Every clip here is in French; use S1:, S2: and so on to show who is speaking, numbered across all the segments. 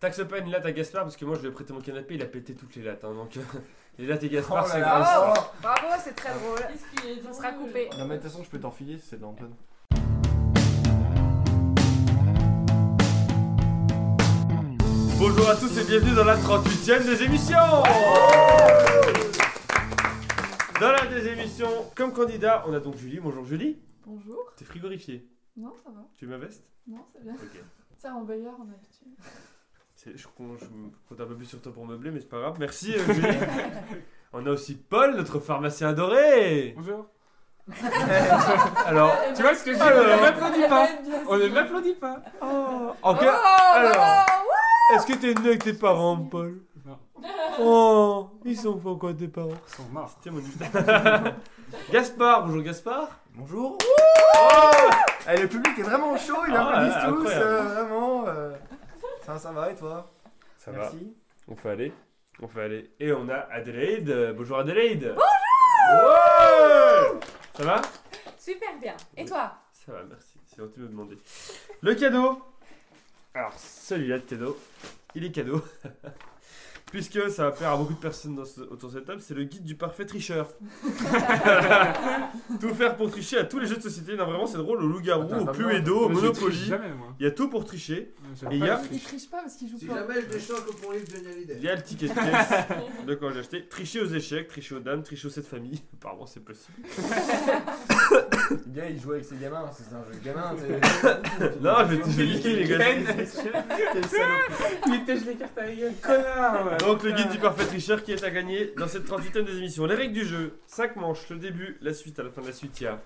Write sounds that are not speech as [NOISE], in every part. S1: Taxe pas une latte à Gaspard parce que moi je lui ai prêté mon canapé, il a pété toutes les lattes. hein, donc [LAUGHS] les lattes et Gaspard,
S2: Oh là
S1: c'est
S2: là. Oh.
S1: grave.
S2: Ah,
S3: Bravo, c'est très drôle.
S4: Qu'est-ce qui est
S3: On sera
S4: drôle.
S3: coupé.
S2: Non, mais de toute façon, je peux t'en filer, c'est de l'Antoine.
S1: Bonjour à tous et bienvenue dans la 38ème des émissions Dans la des émissions, comme candidat, on a donc Julie. Bonjour Julie.
S4: Bonjour.
S1: T'es frigorifié.
S4: Non, ça va.
S1: Tu veux ma veste
S4: Non, c'est bien.
S1: Ok.
S4: Ça, en bailleur, on a l'habitude.
S1: C'est- Je, con- je me compte un peu plus sur toi pour meubler, mais c'est pas grave. Merci euh, [LAUGHS] Julie. on a aussi Paul, notre pharmacien adoré.
S5: Bonjour.
S1: Alors,
S5: Tu vois ce que je dis
S1: Alors.
S5: Euh, On ne m'applaudit pas.
S4: Bien
S5: On ne
S4: sûr.
S5: m'applaudit pas.
S1: oh,
S3: Oh,
S1: ok. Alors,
S3: bravo, ouais.
S1: est-ce que t'es venu avec tes parents, Paul
S5: Non,
S1: Oh, ils sont pas encore tes parents.
S5: ils sont morts.
S1: C'était mon [LAUGHS] Gaspard, bonjour Gaspard.
S2: Bonjour.
S1: Oh
S2: Eh, le public est vraiment chaud, ils
S1: Ah,
S2: applaudissent
S1: ouais,
S2: tous,
S1: incroyable.
S2: euh, vraiment. euh, Ça, ça va et toi
S1: Ça
S2: Merci.
S1: On fait aller. On fait aller. Et on a Adélaïde. Euh, Bonjour Adélaïde. Ouais Ça va
S3: Super bien. Et
S1: Oui.
S3: toi
S1: Ça va, merci. C'est gentil de me demander. Le cadeau. Alors, celui-là de cadeau. Il est cadeau. [LAUGHS] Puisque ça va faire à beaucoup de personnes dans ce- autour de cette table, c'est le guide du parfait tricheur. tout faire pour tricher à tous les jeux de société. Non, vraiment, c'est drôle. Au loup-garou,
S2: Attends,
S1: au
S2: attends,
S1: cluedo, au
S5: Mais je triche
S1: monopoly.
S5: Jamais moi.
S1: Il y a tout pour tricher.
S5: J'aime
S1: Et il
S5: pas
S1: y a-
S5: les
S4: Il
S5: triches.
S4: triche pas parce qu'il joue
S6: Si
S4: pas.
S6: jamais je déchante le premier livre de Johnny Hallyday.
S1: Il y a le ticket de caisse de quand j'ai acheté. Tricher aux échecs, tricher aux dames, tricher aux sept familles. [LAUGHS] Apparemment, c'est possible.
S2: Le gars, il joue avec ses gamins, c'est un jeu de gamin.
S5: [LAUGHS]
S2: c'est-
S1: Non, je vais, je vais niquer les gars.
S2: Quel salaud.
S5: Il pêche les cartes à la gueule, connard ouais.
S1: Donc, le guide du parfait tricheur qui est à gagner dans cette 38 des émissions. Les règles du jeu 5 manches, le début, la suite, à la fin de la suite, il y a.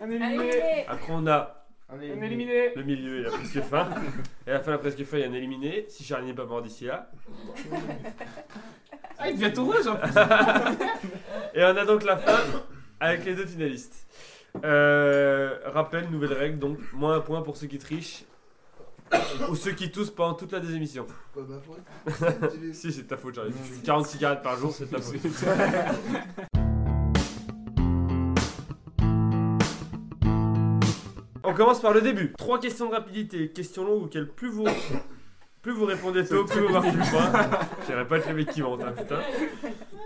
S5: Un
S3: Allez,
S5: éliminé
S3: allez.
S1: Après, on a
S2: On
S5: Un
S2: est
S5: éliminé
S1: le milieu et la presque fin. Et à la fin, la presque fin, il y a un éliminé. Si Charlie n'est pas mort d'ici là.
S5: Ah, il devient tout rouge en plus
S1: Et on a donc la fin avec les deux finalistes. Euh, rappel, nouvelle règle donc moins un point pour ceux qui trichent ou ceux qui toussent pendant toute la des émissions.
S6: Pas ma faute. Tu l'es-
S1: Si, c'est de ta faute, j'arrive. 40 cigarettes par jour, c'est de ta faute. [LAUGHS] On commence par le début. Trois questions de rapidité, questions longues auxquelles plus vous, plus vous répondez tôt, plus vous marquez le point. J'aimerais pas être le mec qui mente, hein, putain.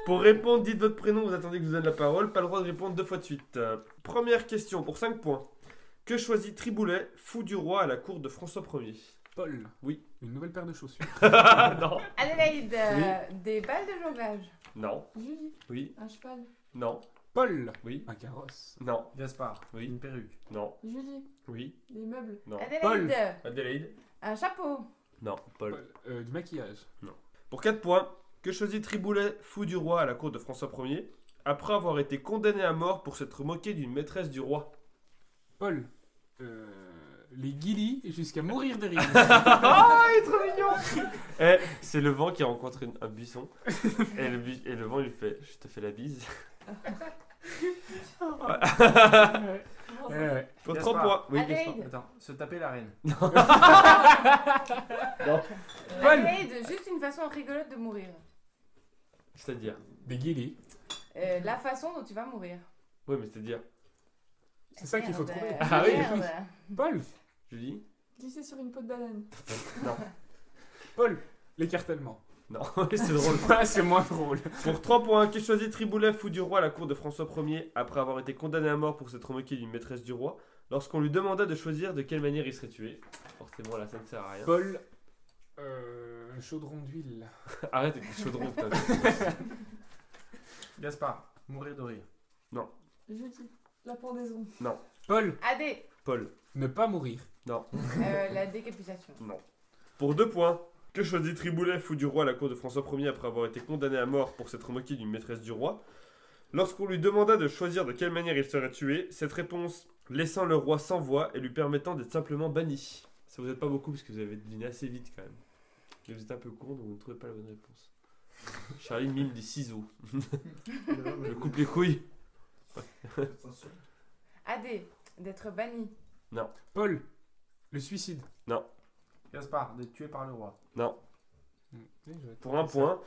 S1: Pour répondre, dites votre prénom, vous attendez que je vous donne la parole. Pas le droit de répondre deux fois de suite. Euh, première question pour 5 points. Que choisit Triboulet, fou du roi à la cour de François 1er
S5: Paul
S1: Oui.
S5: Une nouvelle paire de chaussures
S1: Non.
S3: Adélaïde, euh, des balles de jonglage.
S1: Non.
S4: Julie,
S1: Oui.
S4: un cheval.
S1: Non.
S5: Paul
S1: Oui.
S5: Un carrosse
S1: Non.
S2: Gaspard,
S1: Oui.
S2: une perruque.
S1: Non.
S4: Julie,
S1: Oui.
S4: des meubles.
S1: Non.
S3: Adélaïde,
S1: Adélaïde
S3: un chapeau.
S1: Non, Paul.
S5: Paul. Euh, du maquillage
S1: Pour 4 points, que choisit Triboulet, fou du roi à la cour de François 1er, après avoir été condamné à mort pour s'être moqué d'une maîtresse du roi
S5: Paul euh, Les guillis jusqu'à mourir de rire [LAUGHS]
S1: Eh, c'est le vent qui a rencontré une- un [LAUGHS] buisson, et le, bu- et le vent lui fait « je te fais la bise
S5: Ouais. Eh Ouais. ».
S1: Pour
S2: Gaspard.
S1: 3 points. Oui, Gaspard.
S3: Adélaïde,
S2: Attends, se taper la reine.
S3: Adélaïde, juste une façon rigolote de mourir.
S1: C'est-à-dire
S5: Des guillis
S3: Euh, la façon dont tu vas mourir.
S1: Oui, mais c'est-à-dire,
S5: C'est ça qu'il faut
S3: Merde,
S5: trouver
S3: euh,
S5: Ah oui
S3: merde.
S5: Paul
S1: Julie
S4: Glisser sur une peau de banane.
S5: Paul L'écartèlement [LAUGHS]
S1: Non, [LAUGHS] c'est drôle.
S5: Ah, c'est moins drôle
S1: Pour 3 points, que choisit Triboulet, fou du roi à la cour de François 1er, après avoir été condamné à mort pour s'être moqué d'une maîtresse du roi, lorsqu'on lui demanda de choisir de quelle manière il serait tué Forcément, là, ça ne sert à rien.
S5: Paul euh, Chaudron d'huile
S1: Arrête avec les chaudrons, putain.
S2: Gaspard, mourir de rire.
S4: Julie, la pendaison.
S5: Paul
S3: Adé,
S1: Paul.
S5: Ne pas mourir
S3: euh, la décapitation.
S1: Pour deux points. Que choisit Triboulet, fou du roi à la cour de François Ier après avoir été condamné à mort pour s'être moqué d'une maîtresse du roi Lorsqu'on lui demanda de choisir de quelle manière il serait tué, cette réponse laissant le roi sans voix et lui permettant d'être simplement banni. Ça vous aide pas beaucoup parce que vous avez deviné assez vite quand même. Et vous êtes un peu con donc vous ne trouvez pas la bonne réponse. Charlie mime des ciseaux. Je coupe les couilles.
S6: Attention.
S3: Adé, d'être banni.
S5: Paul Le suicide
S2: Gaspard, d'être tué par le roi.
S1: Pour un point.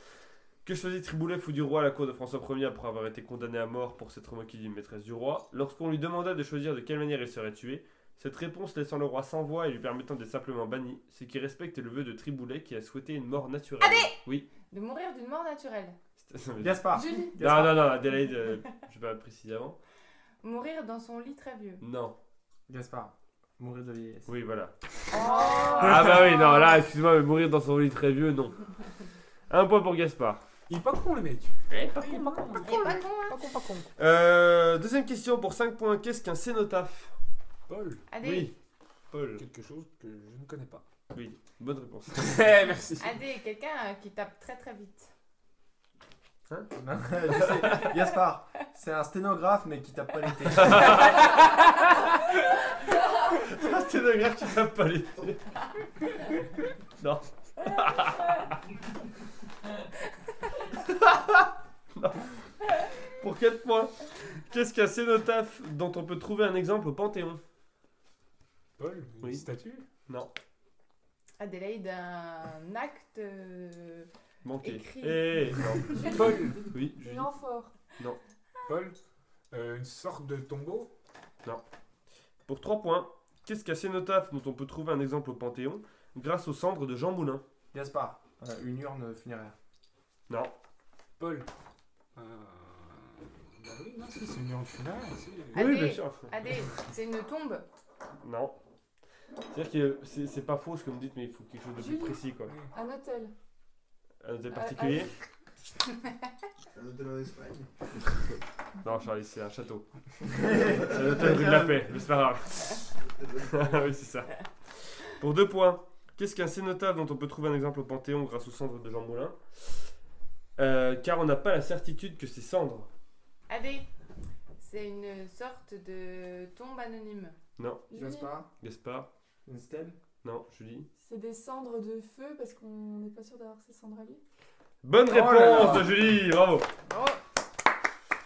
S1: Que choisit Triboulet ou du roi à la cour de François Ier après avoir été condamné à mort pour s'être moqué d'une maîtresse du roi Lorsqu'on lui demanda de choisir de quelle manière il serait tué, Cette réponse laissant le roi sans voix et lui permettant d'être simplement banni, ce qui respecte le vœu de Triboulet qui a souhaité une mort naturelle. Allez Oui.
S3: De mourir d'une mort naturelle.
S1: C'est- non, mais-
S2: Gaspard.
S4: Julie.
S1: non, non, non, Adélaïde, euh, je vais pas préciser avant.
S3: Mourir dans son lit très vieux.
S1: Non.
S2: Gaspard. Mourir de vieillesse.
S1: Oui, voilà.
S3: Ah
S1: [LAUGHS] Ah bah oui, non, là, excuse-moi, mais mourir dans son lit très vieux, non. Un point pour Gaspard.
S5: Il est pas con, le mec.
S3: hein.
S1: Euh, deuxième question pour 5 points. Qu'est-ce qu'un cénotaphe
S5: Paul.
S3: Adé,
S1: Oui. Paul.
S5: Quelque chose que je ne connais pas.
S1: Oui, bonne réponse.
S5: [LAUGHS] Merci.
S3: Adé, quelqu'un euh, qui tape très très vite.
S2: Non, je
S7: [LAUGHS]
S2: sais. Gaspard, c'est un sténographe mais qui tape pas les textes.
S1: Un sténographe qui tape pas les pieds. Non. Non. Pour 4 points, qu'est-ce qu'un cénotaphe dont on peut trouver un exemple au Panthéon
S5: Paul, une
S1: Oui.
S5: [LAUGHS] statue
S1: Non,
S3: Adélaïde, un acte. euh,
S1: manqué.
S3: Écrit.
S1: Eh, non.
S5: Paul.
S1: Oui, je dis.
S4: Jean Fort.
S5: Paul. euh, une sorte de tombeau
S1: Pour 3 points, qu'est-ce qu'un cénotaphe dont on peut trouver un exemple au Panthéon grâce aux cendres de Jean Moulin
S2: Gaspard, euh, une urne funéraire.
S1: Non.
S5: Paul. Euh... Bah oui, non, si, c'est une urne funéraire. si.
S3: Ah
S1: oui,
S3: oui.
S1: bien sûr.
S3: Adé, c'est une tombe.
S1: Non. C'est-à-dire que c'est c'est pas faux ce que vous me dites, mais il faut quelque chose de plus
S4: Julie.
S1: précis, quoi.
S5: Oui.
S4: Un hôtel.
S1: Un hôtel
S4: Euh,
S1: particulier
S6: Un hôtel en Espagne.
S1: Non, Charlie, c'est
S2: [LAUGHS]
S1: un château. c'est un hôtel rue de la paix, mais c'est pas grave. Ah [LAUGHS] oui, c'est ça. Pour deux points, qu'est-ce qu'un cénotaphe dont on peut trouver un exemple au Panthéon grâce aux cendres de Jean Moulin Euh, Car on n'a pas la certitude que ces cendres.
S3: Adé, c'est une sorte de tombe anonyme.
S4: Julie.
S2: Gaspard,
S1: Gaspard
S2: une stèle.
S1: Non, Julie
S4: C'est des cendres de feu parce qu'on n'est pas sûr d'avoir ces cendres à lui.
S1: Bonne
S2: Oh
S1: réponse
S2: là là. Oh.
S1: de Julie, bravo
S3: Oh,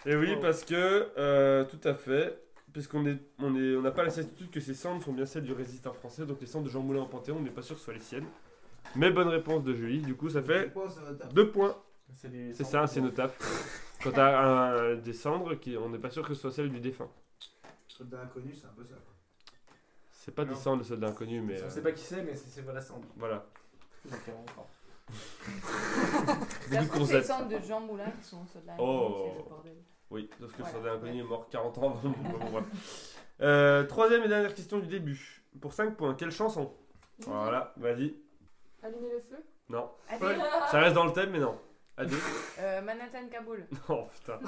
S1: Et oui,
S2: Bravo.
S1: parce que, euh, tout à fait, puisqu'on est, on est, on n'a pas la certitude que ces cendres sont bien celles du résistant français, donc les cendres de Jean Moulin au Panthéon, on n'est pas sûr que ce soit les siennes. Mais bonne réponse de Julie, du coup ça
S6: Je
S1: fait
S6: pense à un hôtel.
S1: deux points.
S2: C'est les
S1: C'est
S2: cendres.
S1: ça, c'est notable. Quand t'as un, euh, des cendres, qui, on n'est pas sûr que ce soit celle du défunt.
S6: Truc d'un inconnu, c'est un peu ça. quoi.
S1: C'est pas des
S2: Non.
S1: cendres de soldat inconnu, mais
S2: On
S1: euh,
S2: sait pas qui c'est, mais c'est ses vraies cendres.
S1: voilà.
S2: Donc, euh, on prend.
S3: ça
S1: Beaucoup
S3: se
S1: de
S3: trouve, c'est les
S1: concepts.
S3: cendres de Jean Moulin qui sont ceux de la
S1: Oh.
S3: c'est le bordel.
S1: Oui, sauf que
S3: Voilà,
S1: le soldat inconnu est mort 40 ans avant. Bon, bon, bref. Euh, troisième et dernière question du début. Pour 5 points, quelle chanson
S4: Julie,
S1: Voilà, vas-y.
S4: Allumer le feu.
S1: Non,
S3: Adé,
S1: ça reste dans le thème, mais non. À [LAUGHS] deux.
S3: euh, Manhattan Kaboul.
S1: Oh putain.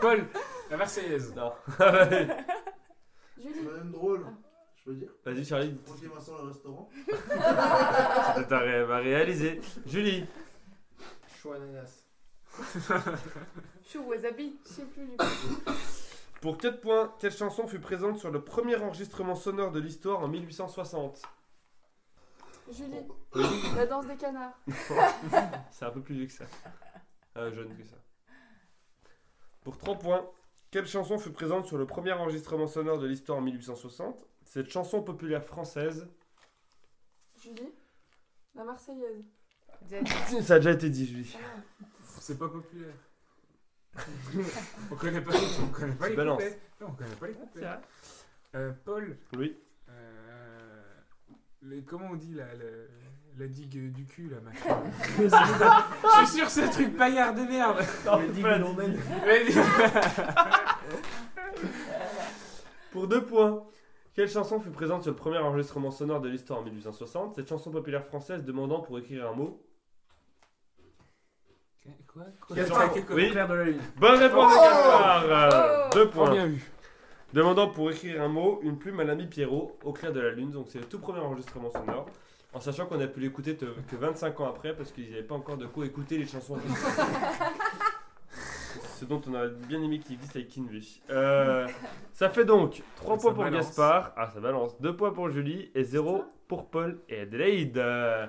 S5: Paul, la Marseillaise.
S1: Non. [LAUGHS]
S6: C'est
S4: Julie.
S6: quand même drôle. Je peux dire.
S1: Vas-y, Charlie,
S6: Francky Vincent, le restaurant.
S1: t'as rêve à réaliser. Julie.
S2: Chou
S1: [LAUGHS]
S2: ananas.
S3: Chou Wasabi.
S4: Je sais plus du coup.
S1: Pour 4 points, quelle chanson fut présente sur le premier enregistrement sonore de l'histoire en 1860
S4: Julie. La danse des canards.
S1: C'est un peu plus vieux que ça. Euh, jeune que ça. Pour 3 points, quelle chanson fut présente sur le premier enregistrement sonore de l'histoire en 1860 Cette chanson populaire française,
S4: Julie. La Marseillaise.
S1: [LAUGHS] ça a déjà été dit, Julie.
S5: C'est pas populaire. on connaît pas, on connaît pas
S1: Tu
S5: les
S1: balances.
S5: couplets. Non, on connaît pas les couplets. Euh, Paul,
S1: Oui.
S5: euh, les- comment on dit là, le- la digue du cul là, machin Je suis sûr que c'est un truc paillard de merde.
S1: Non,
S2: Le
S1: c'est pas la
S2: digue
S1: [LAUGHS] digue.
S5: Vas-y.
S1: Pour 2 points, quelle chanson fut présente sur le premier enregistrement sonore de l'histoire en 1860 Cette chanson populaire française demandant pour écrire un mot.
S5: Quoi Quoi
S2: Gaspard,
S5: Quelqu'un-
S1: Oui.
S2: Claire de la lune.
S1: Bonne réponse de
S5: Oh
S1: Gaspard
S3: Oh
S1: 2
S5: Oh,
S1: points.
S5: bien vu.
S1: Demandant pour écrire un mot, une plume à l'ami Pierrot, au clair de la lune. Donc c'est le tout premier enregistrement sonore. En sachant qu'on a pu l'écouter te- que 25 ans après parce qu'ils n'avaient pas encore de quoi écouter les chansons.
S5: [LAUGHS]
S1: Ce dont on aurait bien aimé qu'il existe avec Kinvey. Euh, ça fait donc 3
S5: Ça
S1: points pour
S5: balance.
S1: Gaspard. Ah, ça balance. 2 points pour Julie et 0 pour Paul et Adélaïde. Euh,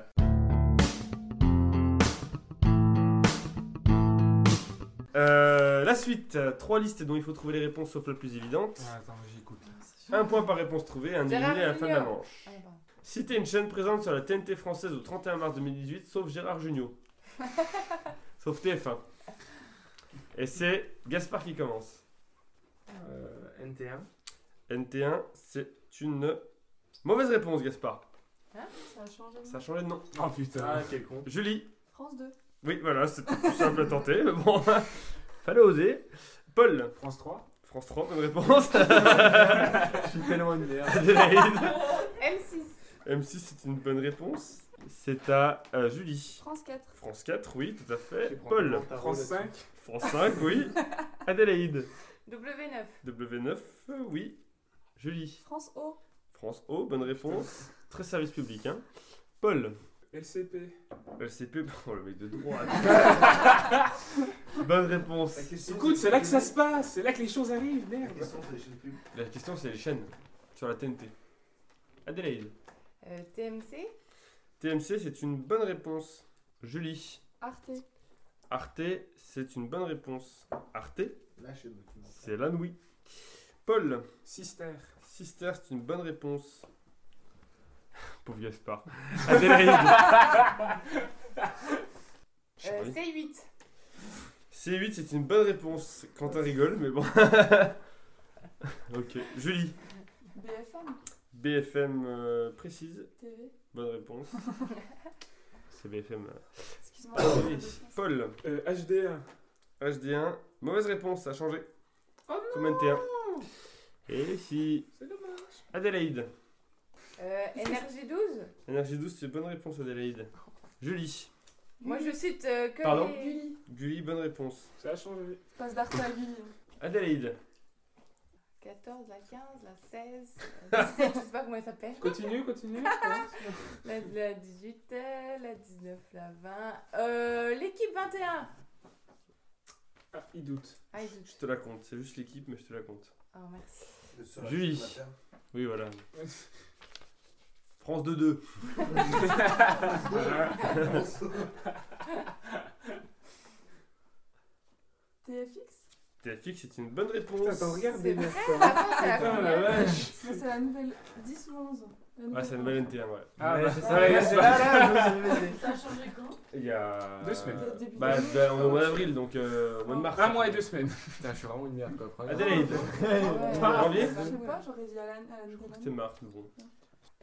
S1: euh, la suite. 3 listes dont il faut trouver les réponses sauf la plus évidente.
S5: Ah, attends, j'écoute.
S1: Un point par réponse trouvée, un
S3: Gérard
S1: éliminé à la fin de la
S3: Junior.
S1: manche.
S3: Ah, pardon.
S1: Citez une chaîne présente sur la TNT française au 31 mars 2018, sauf Gérard
S3: [LAUGHS]
S1: Junior. sauf TF1. Et c'est Gaspard qui commence.
S2: Euh, NT1.
S1: NT1, c'est une mauvaise réponse, Gaspard.
S4: Ça a changé.
S1: Ça a changé de nom.
S5: Oh putain.
S7: Ah, quel con.
S1: Julie.
S4: France 2.
S1: Oui, voilà, c'était plus simple à tenter. mais Bon, [LAUGHS] fallait oser. Paul.
S5: France 3
S1: France 3, bonne réponse. [LAUGHS]
S2: Je suis tellement une merde.
S1: Adélaïde.
S3: M6.
S1: M6, c'est une bonne réponse. C'est à euh, Julie.
S4: France 4.
S1: France 4, oui, tout à
S7: Tu
S1: fait.
S7: prends
S1: Paul.
S7: vraiment ta
S5: France
S7: roue
S5: 5
S1: France 5, oui. Adélaïde.
S3: W9.
S1: W9, euh, oui. Julie.
S4: France O.
S1: France O, bonne réponse. Très service public, hein. Paul.
S5: LCP
S1: LCP, [LAUGHS] oh le mec de droite. bonne réponse.
S6: La question,
S5: Écoute, c'est là que ça se passe, c'est là que les choses arrivent,
S6: La
S5: merde
S6: question, c'est les chaînes pub.
S1: La question, c'est les chaînes sur la TNT. Adélaïde.
S3: Euh, TMC.
S1: TMC, c'est une bonne réponse. Julie.
S4: Arte.
S1: Arte, c'est une bonne réponse. Arte,
S6: La chaîne documentaire.
S1: c'est l'anoui. Paul.
S5: Sister
S1: Sister, c'est une bonne réponse. [LAUGHS] Pauvre Gaspard. Adélaïde. Je sais
S3: Euh,
S1: pas.
S3: C8.
S1: C8, c'est une bonne réponse. Quentin rigole, mais [LAUGHS] bon. ok. Julie.
S4: BFM.
S1: BFM euh, précise.
S4: TV.
S1: Bonne réponse. C'est BFM. euh.
S4: Excuse-moi.
S1: Paul.
S5: Euh, HDR
S1: HD1. Mauvaise réponse, ça a changé. Comme NT1. Et si.
S5: Oh C'est dommage
S1: Adélaïde.
S3: Euh, NRJ12.
S1: Énergie douce, c'est bonne réponse, Adélaïde. Julie.
S3: Moi, je cite euh, que
S1: Pardon
S3: les...
S4: Gulli.
S1: Gulli, bonne réponse.
S5: Ça a changé.
S4: Passe d'Arte à Gulli.
S1: Adélaïde.
S3: 14, la 15, la 16, la 17, je sais pas comment elle s'appelle.
S5: Continue, continue. je [LAUGHS] pense.
S3: La, la 18, euh, la 19, la 20. Euh, L'équipe 21.
S5: ah, il doute.
S3: Ah, il doute.
S1: Je te la compte, c'est juste l'équipe, mais je te la compte.
S3: Oh, merci.
S6: Le seul
S1: Julie.
S6: documentaire.
S1: Oui, voilà. France 2-2. [LAUGHS]
S4: TFX.
S1: TFX, c'est une bonne
S5: Putain,
S1: réponse.
S5: t'en regardes
S3: C'est
S5: des [LAUGHS] meufs, toi.
S3: Attends, Ah, c'est la
S5: Putain, la
S3: première.
S5: vache.
S4: Ça, c'est la nouvelle 10 ou 11.
S1: Ouais, c'est une nouvelle NT1, ouais.
S5: Ah, bah,
S2: c'est Ah,
S5: ça, ouais,
S2: là,
S5: c'est
S2: là,
S5: pas-
S2: là, je vous ai aidé.
S4: Ça a changé quand
S1: Il y a.
S5: Deux semaines.
S1: Euh,
S4: Début
S1: Bah,
S4: d'année.
S1: bah, on est au mois d'avril, donc euh, au mois de mars.
S5: Un mois et deux semaines.
S7: Putain, je suis vraiment une merde quoi. Prends-
S1: Adélaïde.
S4: Ah,
S1: janvier
S4: Je sais pas, j'aurais dit Alan. euh, Alan Alan.
S1: C'était mars, mais bon.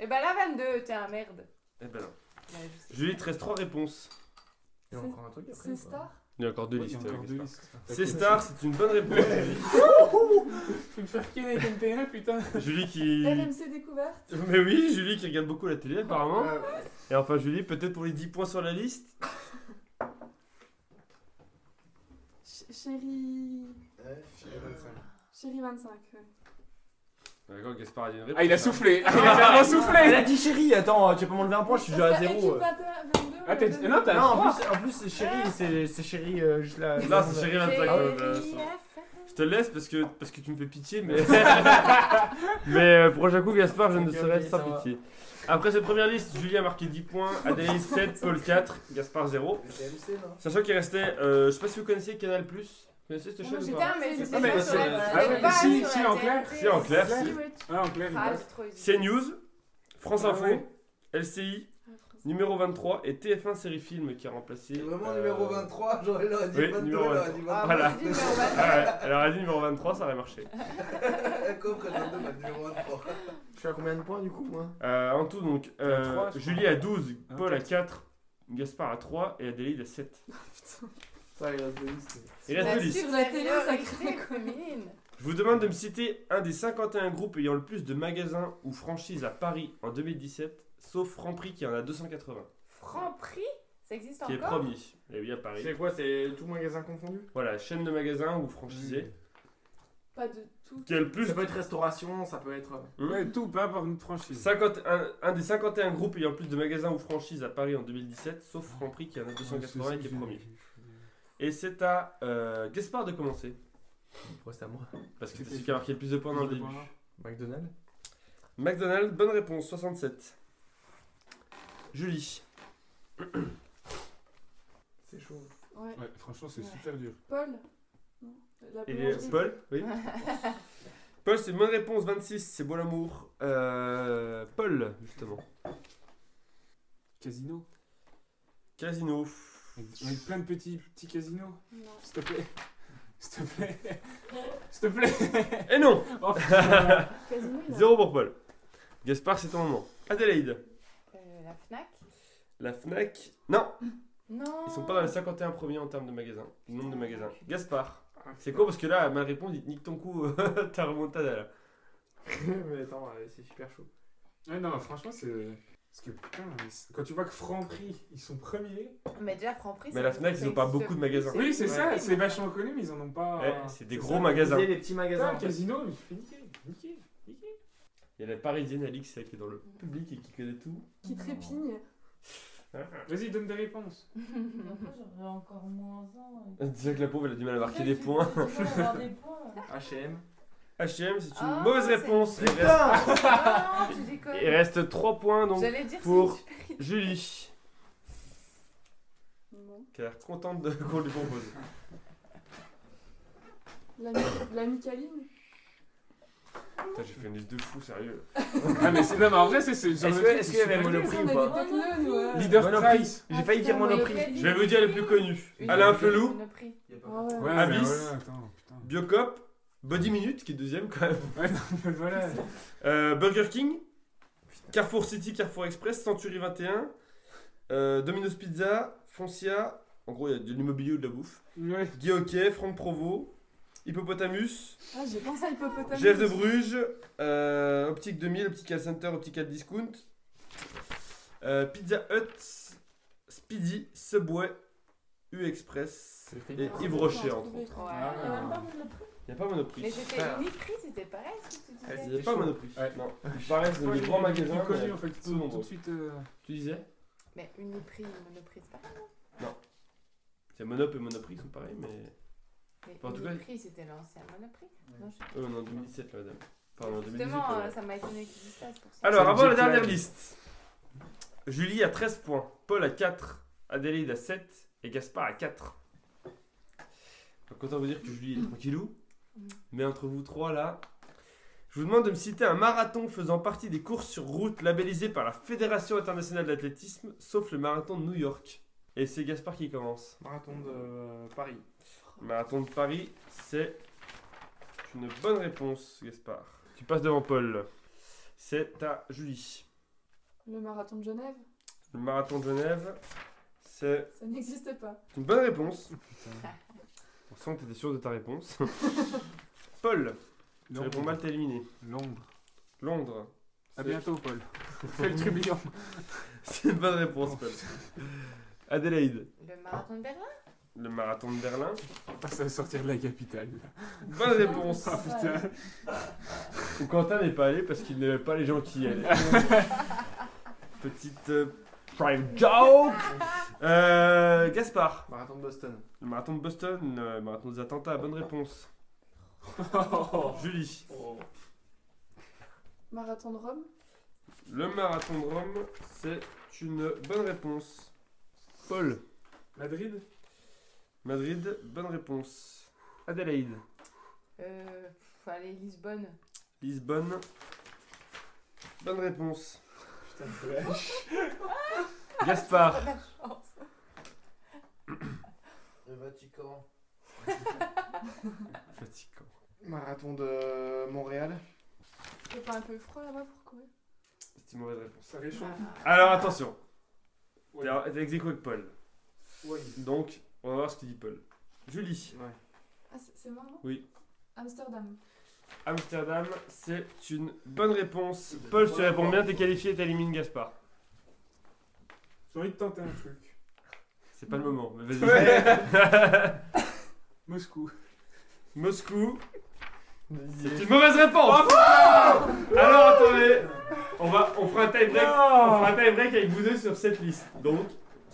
S3: Et bah, la 22, t'es un merde.
S1: Eh ben non.
S3: Ouais, je sais.
S1: Julie, 13 3 réponses.
S7: Et on prend un truc après.
S4: C'est
S7: ou pas
S4: Star.
S1: Il y a encore deux listes.
S5: Encore
S1: euh,
S5: deux
S1: Gaspard.
S5: listes.
S1: C'est Star, c'est une bonne réponse.
S5: Faut me faire ken avec MP1,
S1: [LAUGHS]
S5: putain.
S1: Julie. Julie qui.
S4: RMC Découverte.
S1: Mais oui, Julie qui regarde beaucoup la télé apparemment. Et enfin, Julie, peut-être pour les 10 points sur la liste.
S4: Ch- Chérie.
S6: Ouais, je suis à 25.
S4: Chérie 25. ouais.
S1: D'accord, Gaspard a dit une réponse.
S5: Ah, il a soufflé. Ah, [LAUGHS] il a clairement
S7: Elle
S5: soufflé.
S7: a dit chérie, attends, tu peux m'enlever un point, je suis déjà à euh.
S4: Parce que équipe
S7: 0.
S4: 21, 22,
S5: Ah, t'as dit. Non, t'as.
S7: Non, en plus, en plus c'est chérie, c'est c'est chérie euh, juste là. Ah
S1: Là, c'est chérie 25. euh, bah,
S3: J'ai
S1: ça.
S3: rien fait.
S1: Je te laisse parce que, parce que tu me fais pitié,
S5: [LAUGHS]
S1: mais. [LAUGHS] mais euh, prochain coup, Gaspard, je ne
S7: Ok,
S1: serai
S7: ok, ça
S1: sans
S7: va.
S1: pitié. Après cette première liste, Julie a marqué 10 points,
S5: [LAUGHS]
S1: Adélaïde 7, Paul 4, Gaspard 0.
S6: Le TMC, non
S1: Sachant qu'il restait. euh, je sais pas si vous connaissez Canal. Vous connaissez cette
S4: Moi,
S1: chaîne ou
S4: j'ai
S1: pas
S3: Putain, mais
S4: Ah,
S3: c'est
S4: mais
S3: pas
S7: parce
S3: sur
S7: que-
S3: la
S5: Ah,
S3: c'est
S5: oui,
S3: pas
S5: si,
S3: sur
S5: si,
S3: la
S5: en clair.
S3: TNT.
S1: Si, en clair,
S5: si. Ah, en clair, il
S3: Ah,
S5: passe.
S3: c'est trop évident.
S1: CNews, France
S5: Ah
S1: Info,
S5: ouais.
S1: LCI,
S4: Ah, France.
S1: numéro 23 et TF1 série film qui a remplacé.
S6: C'est vraiment
S1: euh,
S6: numéro 23, genre il aurait dit
S1: oui,
S6: 22, il
S1: numéro
S6: aurait dit
S1: 23.
S3: Ah,
S6: 23.
S1: Voilà.
S3: voilà. Dit, numéro 22.
S1: Ah ouais, elle aurait dit numéro 23, ça aurait marché.
S6: [LAUGHS] Elle comprend 22, bah, numéro 23.
S7: Je suis à combien de points du coup moi
S1: Euh, en tout, donc, euh,
S5: T'as trois, je
S1: Julie
S5: crois.
S1: à 12,
S7: Ah,
S5: Un,
S1: Paul à 4, Gaspard à 3 et Adélaïde à
S7: [LAUGHS]
S1: 7.
S7: Ça, il reste deux listes.
S1: Il reste
S3: La
S1: deux listes.
S4: Sur la télé, ça
S3: supériorité
S4: craque, quoi.
S3: féminine.
S1: Je vous demande de me citer un des 51 groupes ayant le plus de magasins ou franchises à Paris en 2017, sauf Franprix qui en a 280,
S3: Franprix, ça existe
S1: qui est
S3: encore
S1: premier. Et oui, à Paris.
S7: C'est quoi C'est tout magasin confondu
S1: Voilà, chaîne de magasins ou franchisé.
S4: Pas de tout.
S1: Qui a le plus
S7: Ça peut être restauration, ça peut être. euh,
S5: Ouais, tout, pas par une franchise.
S1: 51 un des 51 groupes ayant le plus de magasins ou franchises à Paris en 2017, sauf Franprix
S7: Ah,
S1: qui en a 280 et qui est premier. Et c'est à euh, Gaspard de commencer,
S7: Pourquoi c'est à moi
S1: parce que c'est celui qui a marqué le plus de points dans le début.
S7: McDonald's
S1: McDonald's, bonne réponse, 67. Julie.
S7: C'est chaud.
S4: Ouais.
S5: Ouais, franchement, c'est
S4: Ouais.
S5: super dur.
S4: Paul. Non. La
S1: Et
S4: boulangerie.
S1: Paul [LAUGHS] Oui. Paul, c'est une bonne réponse, 26, c'est beau l'amour. Euh, Paul, justement.
S5: Casino.
S1: Casino.
S5: Avec avec plein de petits, petits casinos,
S4: Non.
S5: s'il te plaît. S'il te plaît. S'il te plaît. [LAUGHS]
S1: Et Eh [LAUGHS] non
S5: Oh, putain.
S4: Casino, il a-
S1: Zéro pour Paul. Gaspard, c'est ton moment. Adélaïde.
S3: Euh, la Fnac
S1: La Fnac. Non,
S3: Non
S1: ils sont pas dans les 51 premiers en termes de magasins. Nombre de magasins. Gaspard.
S7: Ah,
S1: C'est quoi parce que là, mal répondre, il te nique ton coup, [LAUGHS] ta remontada là.
S7: [LAUGHS] Mais attends, euh, c'est super chaud.
S5: Ouais, non, franchement, c'est. Parce que putain, mais c'est- quand tu vois que Franprix, ils sont premiers.
S3: Mais déjà, Franprix.
S1: Mais la
S3: ça-
S1: Fnac,
S3: ça
S1: ils ont pas
S3: existe
S1: beaucoup de
S3: plus,
S1: magasins.
S5: Oui, c'est
S7: Ouais.
S5: ça, c'est vachement connu, mais ils en ont pas.
S1: Eh, c'est des
S5: c'est
S1: gros
S5: ça.
S1: magasins.
S7: Vous
S1: Il
S7: avez les petits magasins.
S5: Putain,
S7: en fait.
S5: casino, mais je fais niquer, niquer, niquer.
S1: y a la parisienne Alix là, qui est dans le public et qui connaît tout.
S4: qui trépigne.
S5: Vas-y, donne des [LAUGHS] réponses.
S8: Après, j'aurais encore moins un.
S1: Déjà que la pauvre, elle a du mal à marquer des [LAUGHS] points.
S8: des points.
S7: HM.
S1: HM, c'est une
S3: Ah,
S1: mauvaise
S3: c'est-
S1: réponse. Il reste,
S2: Putain
S3: Ah non, tu
S1: [LAUGHS]
S3: déconnes.
S1: il reste 3 points donc
S3: J'allais dire
S1: pour-
S3: c'est une super idée.
S1: Julie,
S4: Bon.
S1: qui a l'air contente de- qu'on lui propose. Ah.
S4: L'ami- L'amicaline.
S1: Putain, j'ai fait une liste de fous, sérieux.
S5: ah, mais c'est. Non, mais en vrai, c'est. c'est le genre
S7: Est-ce
S5: de
S7: que-
S5: truc
S7: est-ce
S5: qui
S7: qu'il y
S5: se
S7: avait
S5: fait
S7: Monoprix
S5: niquer.
S4: On a des
S7: pas
S4: pateles, nous,
S3: Euh,
S4: ouais.
S5: Leader
S7: Monoprix.
S5: Price.
S7: J'ai failli dire Monoprix.
S3: Monoprix.
S1: Je vais vous dire les plus connus.
S3: Ah, Une
S1: Alain
S3: idée de
S1: Felou,
S3: Monoprix.
S6: Il y a pas
S4: Ouais, ouais.
S5: Ouais, mais
S1: Abyss.
S5: voilà, attends, putain.
S1: Biocop, Body Minute, qui est deuxième quand même.
S5: [LAUGHS] Ouais, non, mais voilà.
S1: Euh, Burger King, Carrefour City, Carrefour Express, Century 21, euh, Domino's Pizza, Foncia. En gros, il y a de l'immobilier ou de la bouffe.
S5: Ouais.
S1: Guy Hockey, Franck Provo, Hippopotamus,
S4: Ah, j'ai pensé à Hippopotamus.
S1: GF de Bruges, euh, Optique 2000, Optical Center, Optical Discount, euh, Pizza Hut, Speedy, Subway, U-Express et Yves Rocher entre autres.
S3: Ouais.
S5: Ah,
S8: Il y a même pas Monoprix.
S1: Il n'y a pas Monoprix.
S3: Mais c'était
S7: Frère.
S3: Uniprix, c'était pareil ce que tu
S7: Ah,
S1: Il
S3: disais.
S1: n'y a pas Monoprix.
S5: Ouais.
S1: Non. Ils paraissent dans
S5: Ouais,
S1: des grands
S5: les- les plus
S1: magasins. mais-
S5: connus, en fait, tout,
S1: nombreux.
S5: tout de suite. euh,
S1: Tu disais
S3: Mais Uniprix, Monoprix, c'est pareil.
S1: C'est Monop et Monoprix sont pareils, mais.
S3: Mais
S1: Enfin, en tout cas-
S3: Uniprix, c'était l'ancien Monoprix. Non, je sais pas.
S1: Eux, on est en 2017, là, madame. Pardon, en 2018.
S3: Justement,
S1: pardon.
S3: euh, ça m'a étonné qu'ils disent ça, c'est pour ça.
S1: Alors,
S5: C'est
S1: avant
S5: le
S1: la
S5: jet
S1: dernière
S5: lag.
S1: liste, Julie à 13 points, Paul à 4, Adélaïde à 7 et Gaspard à 4. Donc, autant vous dire que Julie est tranquillou. Mais entre vous trois, là, je vous demande de me citer un marathon faisant partie des courses sur route labellisées par la Fédération internationale d'athlétisme, sauf le marathon de New York. Et c'est Gaspard qui commence.
S7: Marathon de euh, Paris.
S1: Le marathon de Paris, c'est une bonne réponse, Gaspard. Tu passes devant Paul. C'est à Julie.
S4: Le marathon de Genève,
S1: Le marathon de Genève, c'est
S4: ça n'existe pas.
S1: une bonne réponse. On sent que t'étais sûr de ta réponse. [LAUGHS] Paul, tu réponds mal, t'es éliminé.
S5: Londres.
S1: Londres,
S5: À
S1: C'est-
S5: bientôt, [LAUGHS] Paul. Fais le trublion.
S1: c'est [LAUGHS] une bonne réponse, Paul. Adélaïde,
S3: Le marathon de Berlin
S1: le marathon de Berlin,
S5: Ah, ça va sortir de la capitale.
S1: bonne réponse.
S5: Ah, putain.
S1: Ou [LAUGHS] Quentin n'est pas allé parce qu'il n'aimait pas les gens qui y allaient. [LAUGHS] Petite euh, prime joke. Euh, Gaspard,
S7: Marathon de Boston.
S1: le marathon de Boston, le marathon des attentats, bonne réponse. Oh, Julie,
S4: Marathon de Rome,
S1: Le marathon de Rome, c'est une bonne réponse. Paul,
S5: Madrid
S1: Madrid, bonne réponse. Adélaïde,
S3: Euh. pff, allez, Lisbonne.
S1: Lisbonne, bonne réponse. Gaspard,
S3: La chance.
S6: Le Vatican.
S1: fatigant.
S7: Marathon de euh, Montréal.
S4: c'est pas un peu froid là-bas pour courir
S1: C'est une mauvaise réponse.
S5: Ça réchauffe.
S3: Ah.
S1: Alors attention,
S5: Ouais.
S1: t'es en- t'es ex aequo avec Paul.
S5: Ouais.
S1: Donc, on va voir ce que dit Paul. Julie,
S7: Ouais.
S4: Ah, c'est c'est marrant
S1: Oui.
S4: Amsterdam.
S1: Amsterdam, c'est une bonne réponse. Paul, si tu réponds bien, t'es qualifié et t'élimines Gaspard.
S5: J'ai envie de tenter un truc.
S1: C'est pas le moment, mais vas-y. [LAUGHS]
S5: Moscou.
S1: Moscou, C'est une mauvaise réponse. [LAUGHS] Alors attendez, on va, on fera un tie break, on fera un tie break avec vous deux sur cette liste. Donc,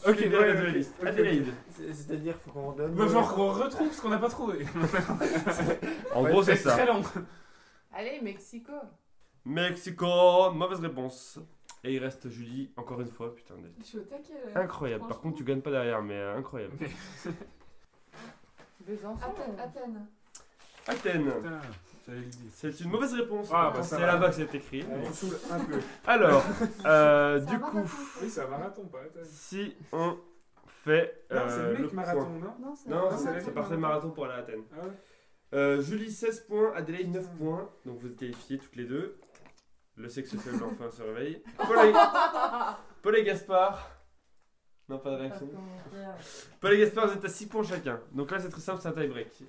S5: Ok,
S1: suivez
S5: ouais,
S1: les deux
S5: ok,
S1: listes.
S5: ok,
S1: Adélaïde.
S7: C'est- C'est-à-dire, faut qu'on donne.
S5: Bah, genre qu'on retrouve ce qu'on n'a pas trouvé.
S1: En gros, c'est
S5: C'est
S1: ça.
S5: très long.
S3: Allez, Mexico.
S1: Mexico, mauvaise réponse. Et il reste Julie, encore une fois, putain. Adélaïde.
S4: Je suis au taquet là.
S1: Incroyable. Par contre, tu gagnes pas derrière, mais euh,
S5: [LAUGHS]
S1: incroyable. Ah,
S3: Besançon.
S4: Athènes, Athènes.
S1: Athènes.
S5: Putain, j'allais le dire.
S1: C'est une mauvaise réponse.
S5: Ah, bah, ça
S1: c'est
S5: va.
S1: là-bas que c'est écrit.
S5: On saoule un peu. [LAUGHS]
S1: Alors, euh,
S4: C'est un
S1: du
S4: marathon,
S1: coup,
S4: quoi.
S5: Oui, c'est un marathon, pas la tête.
S1: si on fait
S5: Non,
S1: euh, le
S5: c'est Blake
S1: point.
S5: Marathon, non
S4: Non, c'est
S1: Non,
S5: Non,
S1: c'est
S5: c'est
S1: elle qui
S5: Blake
S1: partait le marathon pour aller à Athènes.
S5: Ah ouais
S1: Euh, Julie 16 points, Adélaïde 9 points, donc vous êtes qualifiées toutes les deux. Le sexe faible enfin se réveille. Paul et, Paul et Gaspard. Non, pas de
S8: Pas
S3: [LAUGHS]
S1: réaction.
S8: de commentaire.
S1: Paul et Gaspard, vous êtes à 6 points chacun. Donc là, c'est très simple, c'est un tie-break.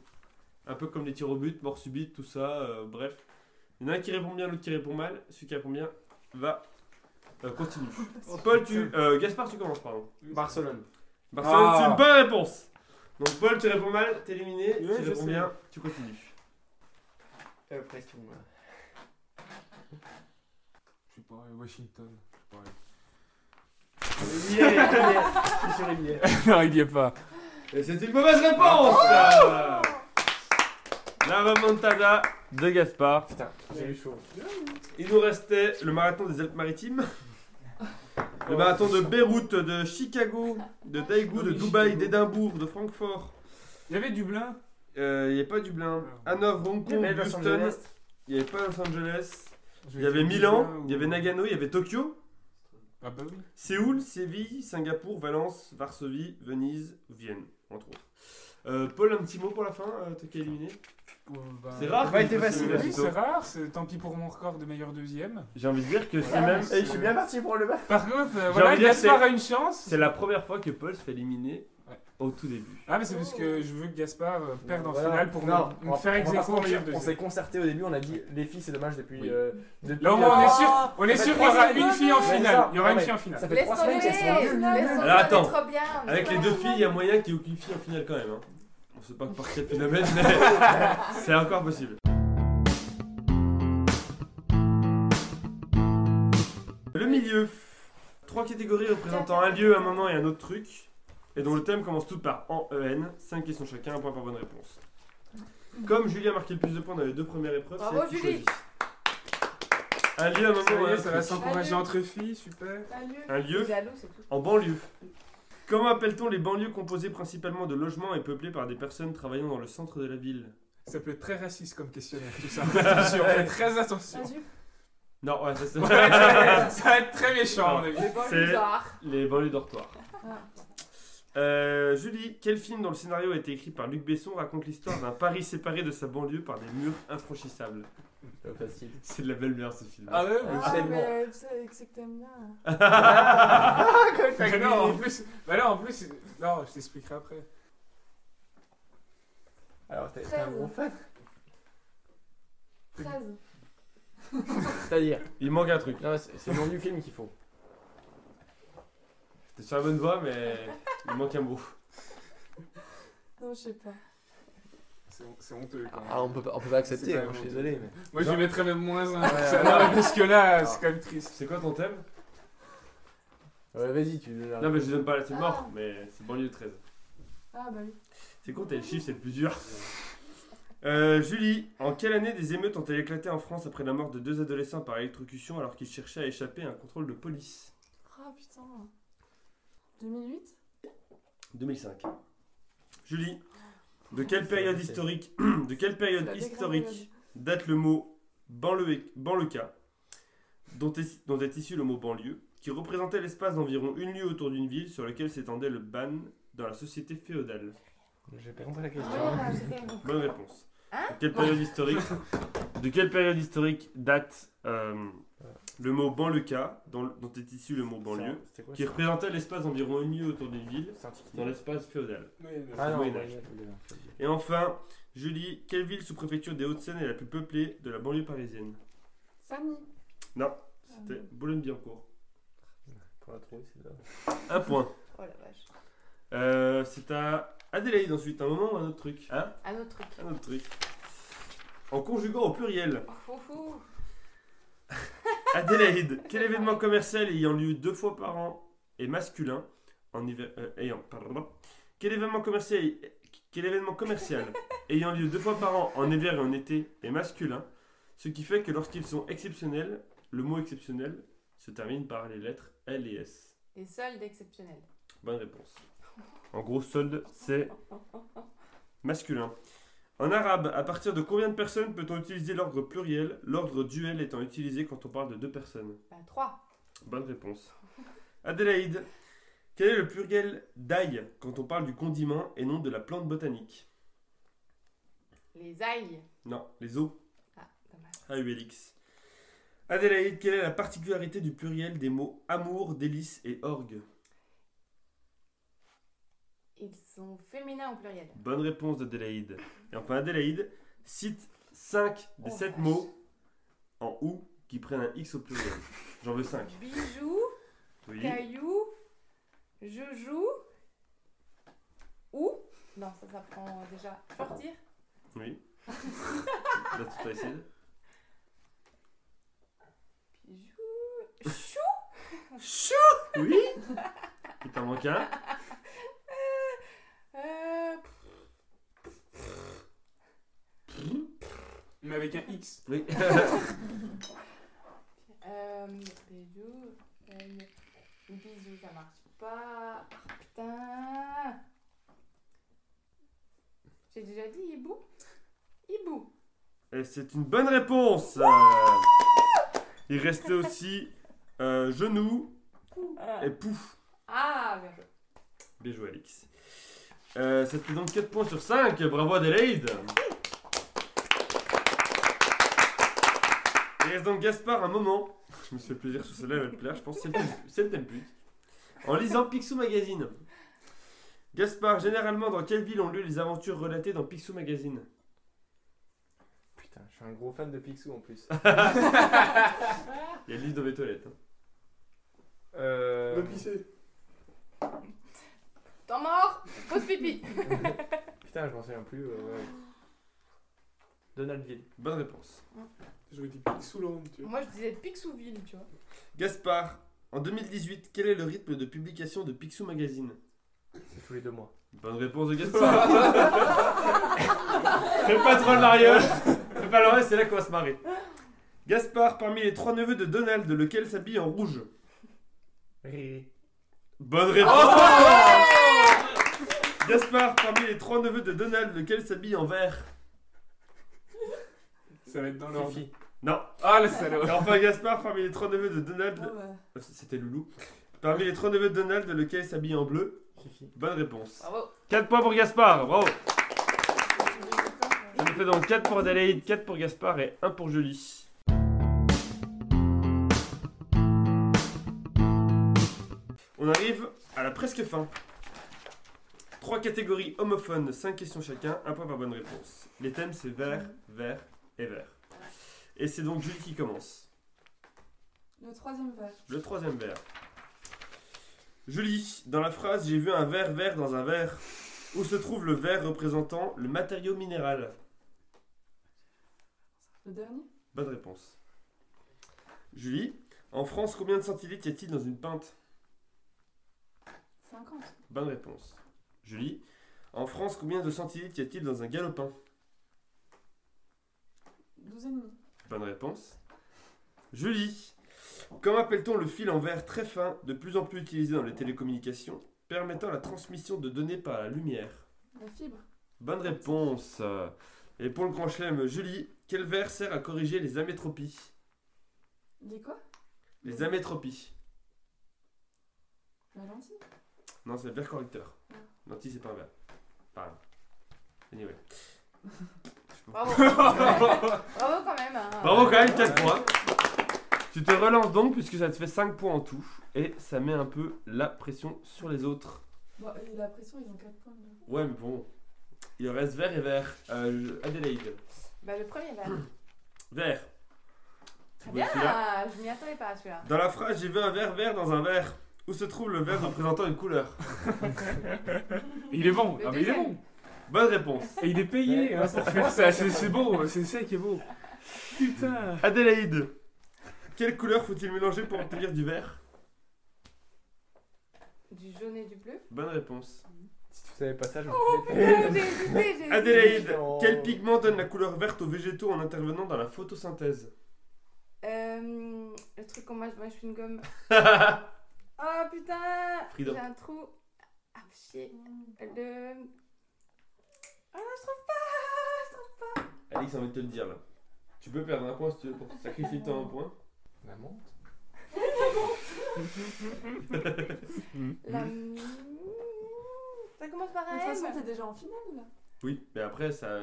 S1: Un peu comme les tirs au but, mort subite, tout ça, euh, bref. Il y en a un qui répond bien, l'autre qui répond mal. Celui qui répond bien va. euh, continue. Paul, tu. euh, Gaspard, tu commences, pardon.
S7: Barcelone.
S1: Barcelone,
S5: Ah.
S1: c'est une bonne réponse. Donc, Paul, tu réponds mal, t'es éliminé.
S7: Ouais,
S1: tu
S7: je
S1: réponds
S7: sais.
S1: bien, tu continues.
S7: Euh, pression. ouais.
S5: Je sais pas, Washington. Je sais pas.
S7: Lié, lié. Je suis sur les liés.
S5: non, il y est pas.
S1: Et c'est une mauvaise réponse euh. La remontada de Gaspard.
S7: Putain, j'ai eu chaud.
S1: Il nous restait le marathon des Alpes-Maritimes, le marathon de Beyrouth, de Chicago, de Daegu, de Dubaï, d'Édimbourg, de Francfort.
S5: Il y avait Dublin.
S1: Euh, Il n'y a pas Dublin. Hanovre, Hong Kong, Houston. Il n'y avait pas Los Angeles. Il y avait Milan, il y avait Nagano, il y avait Tokyo,
S5: Ah bah oui.
S1: Séoul, Séville, Singapour, Valence, Varsovie, Venise, Vienne, entre autres. Euh, Paul, un petit mot pour la fin, euh, t'as qu'à éliminer
S5: Ouais, bah,
S1: C'est rare.
S7: Pas été
S1: que-
S7: facile.
S5: Oui, c'est rare, c'est tant pis pour mon record de meilleur deuxième.
S1: J'ai envie de dire que c'est
S8: Ouais.
S1: même
S7: Et je suis bien
S5: euh,
S7: parti pour le bas.
S5: Par contre, euh,
S1: J'ai
S5: voilà,
S1: envie de dire
S5: Gaspard
S1: c'est-
S5: a une chance.
S1: c'est la première fois que Paul se fait éliminer
S5: Ouais.
S1: au tout début.
S5: Ah, mais c'est parce que je veux que Gaspard euh, perde en
S7: Voilà.
S5: finale
S7: Non,
S5: pour me-
S7: on
S5: me,
S7: va-
S5: faire
S7: on va pas
S5: exécuter
S7: se
S5: en
S7: mentir,
S5: meilleur
S7: On s'est
S5: deuxième.
S7: concerté au début, on a dit les filles c'est dommage depuis.
S1: Oui.
S7: euh, depuis
S5: Là, au moins, on
S1: Ah,
S5: est
S7: euh,
S5: sûr, on est
S7: Ça
S5: sûr
S7: fait
S5: qu'il y aura
S7: trois
S5: une fille en
S7: semaines.
S5: finale. Il y aura
S7: Ouais,
S5: une
S7: ouais.
S5: fille en finale.
S7: Ça fait
S3: Laisse
S7: trois
S3: tomber
S7: semaines qu'elles sont là.
S3: Laisse tomber,
S1: Alors, attends.
S3: on est trop bien. on est
S1: Avec
S3: trop
S1: les
S3: bien.
S1: deux filles, il y a moyen qu'il n'y ait aucune fille en finale quand même. hein. On sait pas par quel phénomène,
S3: [LAUGHS]
S1: mais c'est encore possible. Le milieu. Trois catégories représentant un lieu, un moment et un autre truc, et dont le thème commence tout par en EN. Cinq questions chacun, un point par bonne réponse. Comme Julie a marqué le plus de points dans les deux premières épreuves,
S3: Mm. Bravo,
S1: c'est elle qui
S3: Julie.
S1: choisit. Un lieu, un
S5: Ça
S1: moment
S5: y
S1: et
S5: est,
S1: un
S5: ça va
S1: truc.
S5: s'encourager
S4: Allez.
S5: entre filles, super.
S4: Salut.
S1: Un lieu,
S3: Jaloux, c'est tout.
S1: en banlieue. Comment appelle-t-on les banlieues composées principalement de logements et peuplées par des personnes travaillant dans le centre de la ville
S5: Ça peut être très raciste comme questionnaire, tout ça. [LAUGHS] Attention, faites très attention.
S4: Salut.
S1: Non, ouais, ça c'est [LAUGHS]
S5: Ça va être- ça va être très méchant, à mon avis.
S3: Les
S1: C'est-
S3: banlieues bizarres.
S1: les banlieues dortoirs. Euh, Julie, quel film dont le scénario a été écrit par Luc Besson raconte l'histoire d'un Paris séparé de sa banlieue par des murs infranchissables
S7: Euh, Facile.
S1: C'est de la belle merde ce film. [LAUGHS]
S5: Ah ouais
S4: Ah,
S7: tellement.
S4: mais euh, c'est c'est que t'aimes bien.
S5: [LAUGHS] Mais non, en plus, bah là, en plus, non, je t'expliquerai après.
S7: Alors t'es t'es un
S4: Treize.
S7: gros fan.
S4: 13.
S7: C'est-à-dire,
S1: Il manque un truc.
S7: non, mais c'est c'est le nom du film qu'il faut.
S1: T'es sur la bonne voie, mais il manque un mot.
S4: Non, je sais pas.
S5: C'est c'est honteux quand même.
S7: Ah, on peut pas, on peut pas
S5: C'est
S7: accepter,
S5: pas
S7: hein,
S5: bon.
S7: je suis désolé. Mais...
S5: Moi, je
S1: Non.
S5: lui mettrais même moins un.
S7: Ouais, ouais.
S5: Ça, [LAUGHS] non, mais parce que là, c'est quand même triste.
S1: C'est quoi ton thème
S7: Ouais, vas-y, tu le
S1: Non, mais je donne pas, c'est mort,
S4: Ah.
S1: mais c'est banlieue 13.
S4: Ah, bah oui.
S1: C'est con, t'as le chiffre, c'est le plus dur. Euh, Julie, en quelle année des émeutes ont-elles éclaté en France après la mort de deux adolescents par électrocution alors qu'ils cherchaient à échapper à un contrôle de police
S4: Ah, putain. 2008
S1: 2005. Julie, de quelle période historique, [CLEARS THROAT] de quelle période
S4: La
S1: historique
S4: dégringolade.
S1: date le mot banlieue, banleuca, dont est, dont est issu le mot banlieue, qui représentait l'espace d'environ une lieue autour d'une ville sur lequel s'étendait le ban dans la société féodale
S7: J'ai pas compris la
S3: Ah
S7: question.
S3: ouais, non, j'ai rien compris.
S1: Bonne réponse.
S3: Hein
S1: de quelle période
S7: [LAUGHS]
S1: historique De quelle période historique date euh, le mot banleuca, dont, dont est issu le mot banlieue,
S7: C'est quoi
S1: qui représentait l'espace d'environ une lieue autour d'une ville
S7: C'est un ticket.
S1: dans l'espace féodal
S7: Ah non,
S1: Moyen
S7: ouais,
S1: Âge.
S7: ouais, ouais, ouais.
S1: Et enfin, Julie, quelle ville sous préfecture des Hauts-de-Seine est la plus peuplée de la banlieue parisienne
S4: Samy.
S1: C'était Boulogne-Billancourt.
S7: Pour la trouver, c'est là.
S1: Un point.
S3: Oh la vache.
S1: Euh, C'est à Adélaïde ensuite, un moment ou un autre truc Hein
S3: Un autre truc.
S1: Un autre truc. En conjuguant au pluriel,
S3: Oh, foufou.
S1: Adélaïde, quel événement commercial ayant lieu deux fois par an et masculin en hiver euh, ayant pardon. quel événement commercial quel événement commercial ayant lieu deux fois par an en hiver et en été est masculin, ce qui fait que lorsqu'ils sont exceptionnels, le mot exceptionnel se termine par les lettres L et S.
S3: Les soldes exceptionnels.
S1: Bonne réponse. En gros, solde, c'est masculin. En arabe, à partir de combien de personnes peut-on utiliser l'ordre pluriel, l'ordre duel étant utilisé quand on parle de deux personnes
S3: Bah, 3.
S1: Bonne réponse. Adélaïde, Quel est le pluriel d'ail quand on parle du condiment et non de la plante botanique
S3: Les ailles.
S1: Non, les os.
S3: Ah, dommage.
S1: AULX. Adélaïde, quelle est la particularité du pluriel des mots amour, délice et orgue
S3: Ils sont féminins au pluriel.
S1: Bonne réponse d'Adélaïde. Et enfin, Adélaïde cite 5 des
S3: Oh,
S1: 7
S3: vache.
S1: mots en ou qui prennent un X au pluriel. J'en veux 5.
S3: Bijoux,
S1: Oui.
S3: cailloux, joujou, ou. Non, ça s'apprend déjà. Sortir.
S1: Oui. Là, tu t'as essayé.
S3: Bijoux, chou,
S1: Chou Oui Il t'en manque
S3: [LAUGHS]
S1: un.
S3: euh,
S5: Mais avec un X.
S1: Oui. [LAUGHS]
S3: Euh, bisous, euh, bisous, ça marche pas. Ah, putain. J'ai déjà dit hibou. Hibou.
S1: Et c'est une bonne réponse. Euh, il restait aussi euh, genou et pouf.
S3: Ah, bien joué.
S1: Bien joué, Alix. Euh, C'était donc 4 points sur 5. Bravo, Adelaide. Il reste donc Gaspard un moment. Je me suis fait plaisir sur celle-là, elle va te plaire. Je pense que c'est le thème- c'est le thème pute. En lisant Picsou Magazine. Gaspard, généralement, dans quelle ville ont lieu les aventures relatées dans Picsou Magazine
S7: Putain, je suis un gros fan de Picsou en
S5: [LAUGHS]
S7: plus.
S1: Il y a le livre dans mes toilettes. hein.
S7: Euh...
S6: Le pisser.
S3: Temps mort, pause pipi.
S7: Putain, je m'en souviens plus. euh, ouais. Donaldville.
S1: Bonne réponse.
S5: Je vous dis Pixouland, tu vois.
S3: Moi, je disais Pixouville, tu vois.
S1: Gaspard, en 2018, quel est le rythme de publication de Picsou Magazine
S7: C'est tous les deux mois.
S1: Bonne réponse de Gaspard [LAUGHS] Fais pas trop le mariage Fais pas le
S7: Ah,
S1: mariage, c'est là qu'on va se marrer. Gaspard, parmi les trois neveux de Donald, lequel s'habille en rouge
S7: Riri.
S1: Bonne réponse Oh Gaspard, parmi les trois neveux de Donald, lequel s'habille en vert
S5: Ça va être dans l'ordre.
S7: Fifi.
S1: Non.
S5: Ah, la salope
S1: Et enfin, Gaspard, parmi les trois neveux de Donald...
S4: bah,
S1: Euh, C'était Loulou. Parmi les trois neveux de Donald, lequel s'habille en bleu
S7: Fifi.
S1: Bonne réponse.
S3: Bravo.
S1: 4 points pour Gaspard, bravo Ça nous fait donc 4 pour Adélaïde, 4 pour Gaspard et 1 pour Julie. On arrive à la presque fin. 3 catégories homophones, 5 questions chacun, 1 point par bonne réponse. Les thèmes c'est vert, vert et vert. Et c'est donc Julie qui commence.
S4: Le troisième verre.
S1: Le troisième vert. Julie, dans la phrase j'ai vu un verre vert dans un verre, où se trouve le verre représentant le matériau minéral
S4: Le dernier
S1: Bonne réponse. Julie, en France, combien de centilitres y a-t-il dans une pinte
S4: 50.
S1: Bonne réponse. Julie, en France, combien de centilitres y a-t-il dans un galopin
S4: 12 et demi.
S1: Bonne réponse. Julie, comment appelle-t-on le fil en verre très fin, de plus en plus utilisé dans les télécommunications, permettant la transmission de données par la lumière
S4: La fibre.
S1: Bonne réponse. Et pour le grand chelem, Julie, quel verre sert à corriger les amétropies
S4: Des quoi
S1: Les amétropies.
S4: La lentille.
S1: Non, c'est le verre correcteur.
S4: Ouais.
S1: Lentille, c'est pas un verre. Pardon. Anyway. [LAUGHS]
S3: Bravo. Bravo quand même. hein.
S1: Bravo quand même, 4 points. Tu te relances donc puisque ça te fait 5 points en tout et ça met un peu la pression sur les autres.
S4: Bon, et la pression, ils ont 4 points. donc.
S1: Ouais, mais bon. Il reste vert et vert. Euh, je- Adélaïde.
S3: Bah, le premier verre.
S1: Vert.
S3: Très
S1: Oui, celui-là.
S3: bien. Je m'y attendais pas à celui-là.
S1: Dans la phrase, j'ai vu un verre vert dans un verre. Où se trouve le verre représentant une couleur
S5: Il est bon,
S3: Le
S5: ah, mais il est
S3: deuxième.
S5: bon.
S1: Bonne réponse.
S5: Et il est payé hein, pour faire ça, c'est c'est beau, c'est ça qui est beau. Putain
S1: Adélaïde. Quelle couleur faut-il mélanger pour obtenir du vert
S3: Du jaune et du
S1: [LAUGHS]
S3: bleu.
S1: Bonne réponse.
S7: Si tu savais pas ça, je
S3: J'ai hésité, j'ai hésité.
S1: Adélaïde,
S7: Non.
S1: quel pigment donne la couleur verte aux végétaux en intervenant dans la photosynthèse
S3: Euh, le truc qu'on mange, moi je suis une
S1: [LAUGHS]
S3: gomme. oh putain
S1: Frida.
S3: J'ai un trou. Ah chier. Le. Ah je trouve pas je trouve pas
S1: Alex, j'ai envie de te le dire là. Tu peux perdre un point si tu veux pour sacrifier ton un point.
S7: La menthe
S3: La...
S1: Mm.
S3: Ça commence par
S4: De toute façon,
S3: un
S4: t'es déjà en finale. là.
S1: Oui, mais après, ça.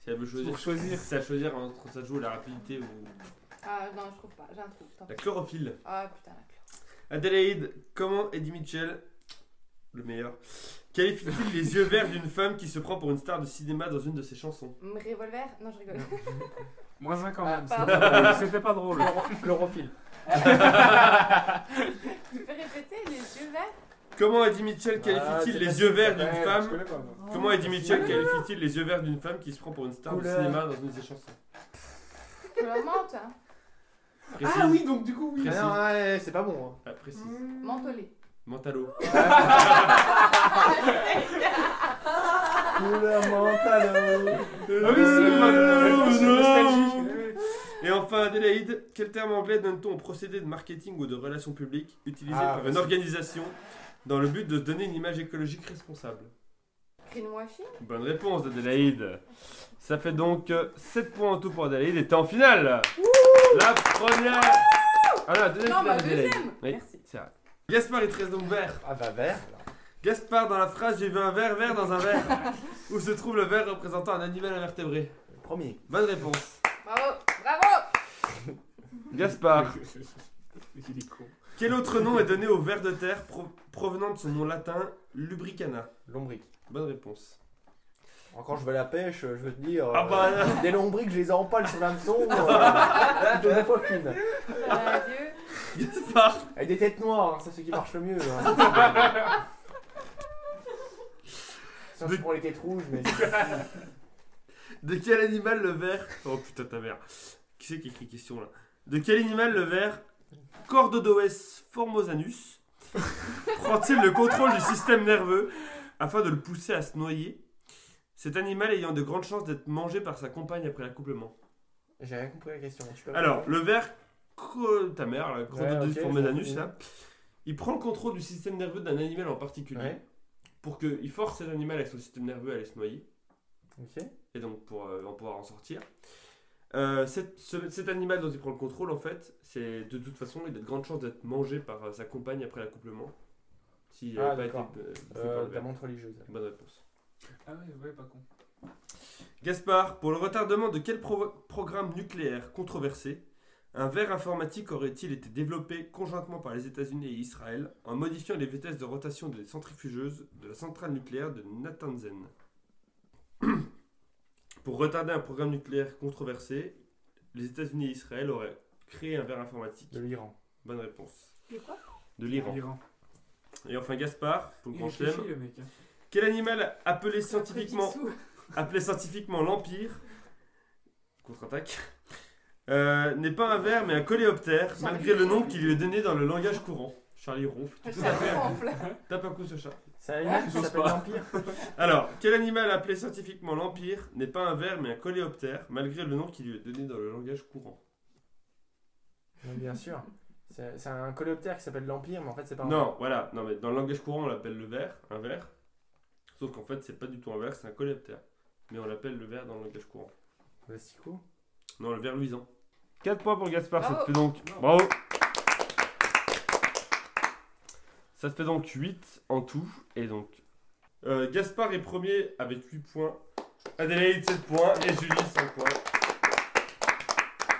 S1: Si elle veut choisir.
S5: Pour choisir.
S1: Si elle choisir entre ça joue la rapidité ou.
S3: Ah non, je trouve pas. J'ai un trou. tant
S1: La
S3: pis.
S1: chlorophylle.
S3: Ah putain, la clore.
S1: Adélaïde, comment Eddie Mitchell, le meilleur, qualifie-t-il les yeux verts d'une femme qui se prend pour une star de cinéma dans une de ses chansons
S3: Mm, Revolver Non, je rigole. [LAUGHS]
S5: Moins un quand
S3: Ah,
S5: même,
S3: pardon.
S5: c'était pas drôle, c'était pas [LAUGHS] drôle.
S7: [LAUGHS]
S1: Ah,
S7: Chlorophylle.
S3: tu peux répéter les yeux verts
S1: Comment Eddie Mitchell
S7: Ah,
S1: qualifie-t-il les yeux verts d'une
S7: Je
S1: femme
S7: connais pas, moi.
S1: Comment Eddie Mitchell
S7: Non,
S1: qualifie-t-il les yeux verts d'une femme qui se prend pour une star
S7: Couleur.
S1: de cinéma dans une de ses chansons
S3: Je leur mente, hein.
S1: Précise.
S7: Ah oui, donc du coup, oui.
S1: Précise.
S7: Ah non, ouais, c'est pas bon. hein.
S1: Ah, précise.
S4: Mm.
S3: Mentolé.
S1: Mentalo.
S7: Ah Couleur mentale.
S5: Ah oui, c'est
S1: Euh,
S5: le
S1: non.
S5: nostalgique.
S1: Et enfin, Adélaïde, quel terme anglais donne-t-on au procédé de marketing ou de relations publiques utilisé
S7: Ah,
S1: par
S7: bah,
S1: une
S7: c'est-
S1: organisation dans le but de se donner une image écologique responsable
S3: Greenwashing
S1: Bonne réponse d'Adélaïde. Ça fait donc euh, 7 points en tout pour Adélaïde et t'es en finale. La première. Ah non, la deuxième
S3: Non,
S1: finale
S3: bah
S1: d'Adélaïde.
S3: deuxième
S1: Oui.
S3: Merci.
S1: C'est vrai. Gaspard, il te reste donc vert.
S7: Ah bah vert. alors.
S1: Gaspard, dans la phrase, j'ai vu un verre, verre dans un
S3: [LAUGHS]
S1: verre. Où se trouve le verre représentant un animal invertébré
S7: Le Premier.
S1: Bonne réponse.
S3: Bravo Bravo
S5: Ah,
S1: Gaspard,
S5: Il est con.
S1: quel autre nom est donné au ver de terre pro- provenant de son nom latin lubricana
S7: Lombric.
S1: Bonne réponse.
S7: Encore, je vais à la pêche, euh, je veux te dire.
S1: Ah
S7: euh,
S1: bah, [LAUGHS]
S7: Des lombrics, je les empale sur [LAUGHS] l'hameçon. Euh, je donne aucune.
S3: Adieu
S1: Gaspard,
S7: Avec des têtes noires, hein, c'est
S1: [LAUGHS]
S7: ceux qui marchent le mieux. hein. Sinon, je
S1: De-
S7: prends les têtes rouges, mais.
S1: De quel animal le ver Oh putain ta mère. Qui c'est qui écrit question là De quel animal le ver Chordodoes
S7: [LAUGHS]
S1: formosanus prend-il le contrôle du système nerveux afin de le pousser à se noyer Cet animal ayant de grandes chances d'être mangé par sa compagne après l'accouplement.
S7: J'ai rien compris la question. Tu peux
S1: Alors, le ver Chro- ta mère, là, Chordodoes
S7: Ouais, ok,
S1: formosanus
S7: j'ai
S1: là, il prend le contrôle du système nerveux d'un animal en particulier
S7: Ouais.
S1: pour qu'il force cet animal avec son système nerveux à aller se noyer.
S7: Ok.
S1: et donc pour euh, en pouvoir en sortir. Euh, cet, ce- cet animal dont il prend le contrôle, en fait, c'est de toute façon, il a de grandes chances d'être mangé par euh, sa compagne après l'accouplement. S'il
S7: Ah,
S1: n'avait pas
S7: d'accord.
S1: été euh, bouffé par le
S7: Euh, la
S1: ver.
S7: montre religieuse.
S1: Bonne réponse.
S5: Ah ouais, ouais, pas con.
S1: Gaspard, pour le retardement de quel pro- programme nucléaire controversé, un verre informatique aurait-il été développé conjointement par les États-Unis et Israël en modifiant les vitesses de rotation des centrifugeuses de la centrale nucléaire de Natanzen [CLEARS THROAT] Pour retarder un programme nucléaire controversé, les États-Unis et Israël auraient créé un verre informatique.
S7: De l'Iran.
S1: Bonne réponse.
S3: De quoi
S1: De l'Iran. Et enfin Gaspard, pour le
S5: Il
S1: grand
S5: réfléchit,
S1: chelem.
S5: le mec. hein.
S1: Quel animal appelé scientifiquement
S4: Après,
S1: [LAUGHS] appelé scientifiquement l'Empire, contre-attaque, euh, n'est pas un ver mais un coléoptère,
S3: Charlie
S1: malgré le nom qui lui est donné dans le langage courant. Charlie ronfle. Tu
S3: Je
S1: peux
S3: suis un
S1: taper un-
S3: ronfle.
S1: tape un coup ce chat.
S7: C'est un animal qui
S5: J'ose
S7: s'appelle [LAUGHS]
S5: pas.
S7: l'Empire.
S1: Alors, quel animal appelé scientifiquement l'Empire n'est pas un ver mais un coléoptère, malgré le nom qui lui est donné dans le langage courant
S7: Mais bien sûr. C'est c'est un coléoptère qui s'appelle l'Empire, mais en fait, c'est pas un.
S1: Non, voilà, non mais dans le langage courant on l'appelle le ver, un ver. Sauf qu'en fait c'est pas du tout un ver, c'est un coléoptère. Mais on l'appelle le ver dans le langage courant.
S7: Le sticot.
S1: Non, le ver luisant. 4 points pour Gaspard, ça
S3: Bravo.
S1: te fait donc. Bravo Ça te fait donc 8 en tout. Et donc. euh, Gaspard est premier avec 8 points. Adélaïde 7 points et Julie 5 points.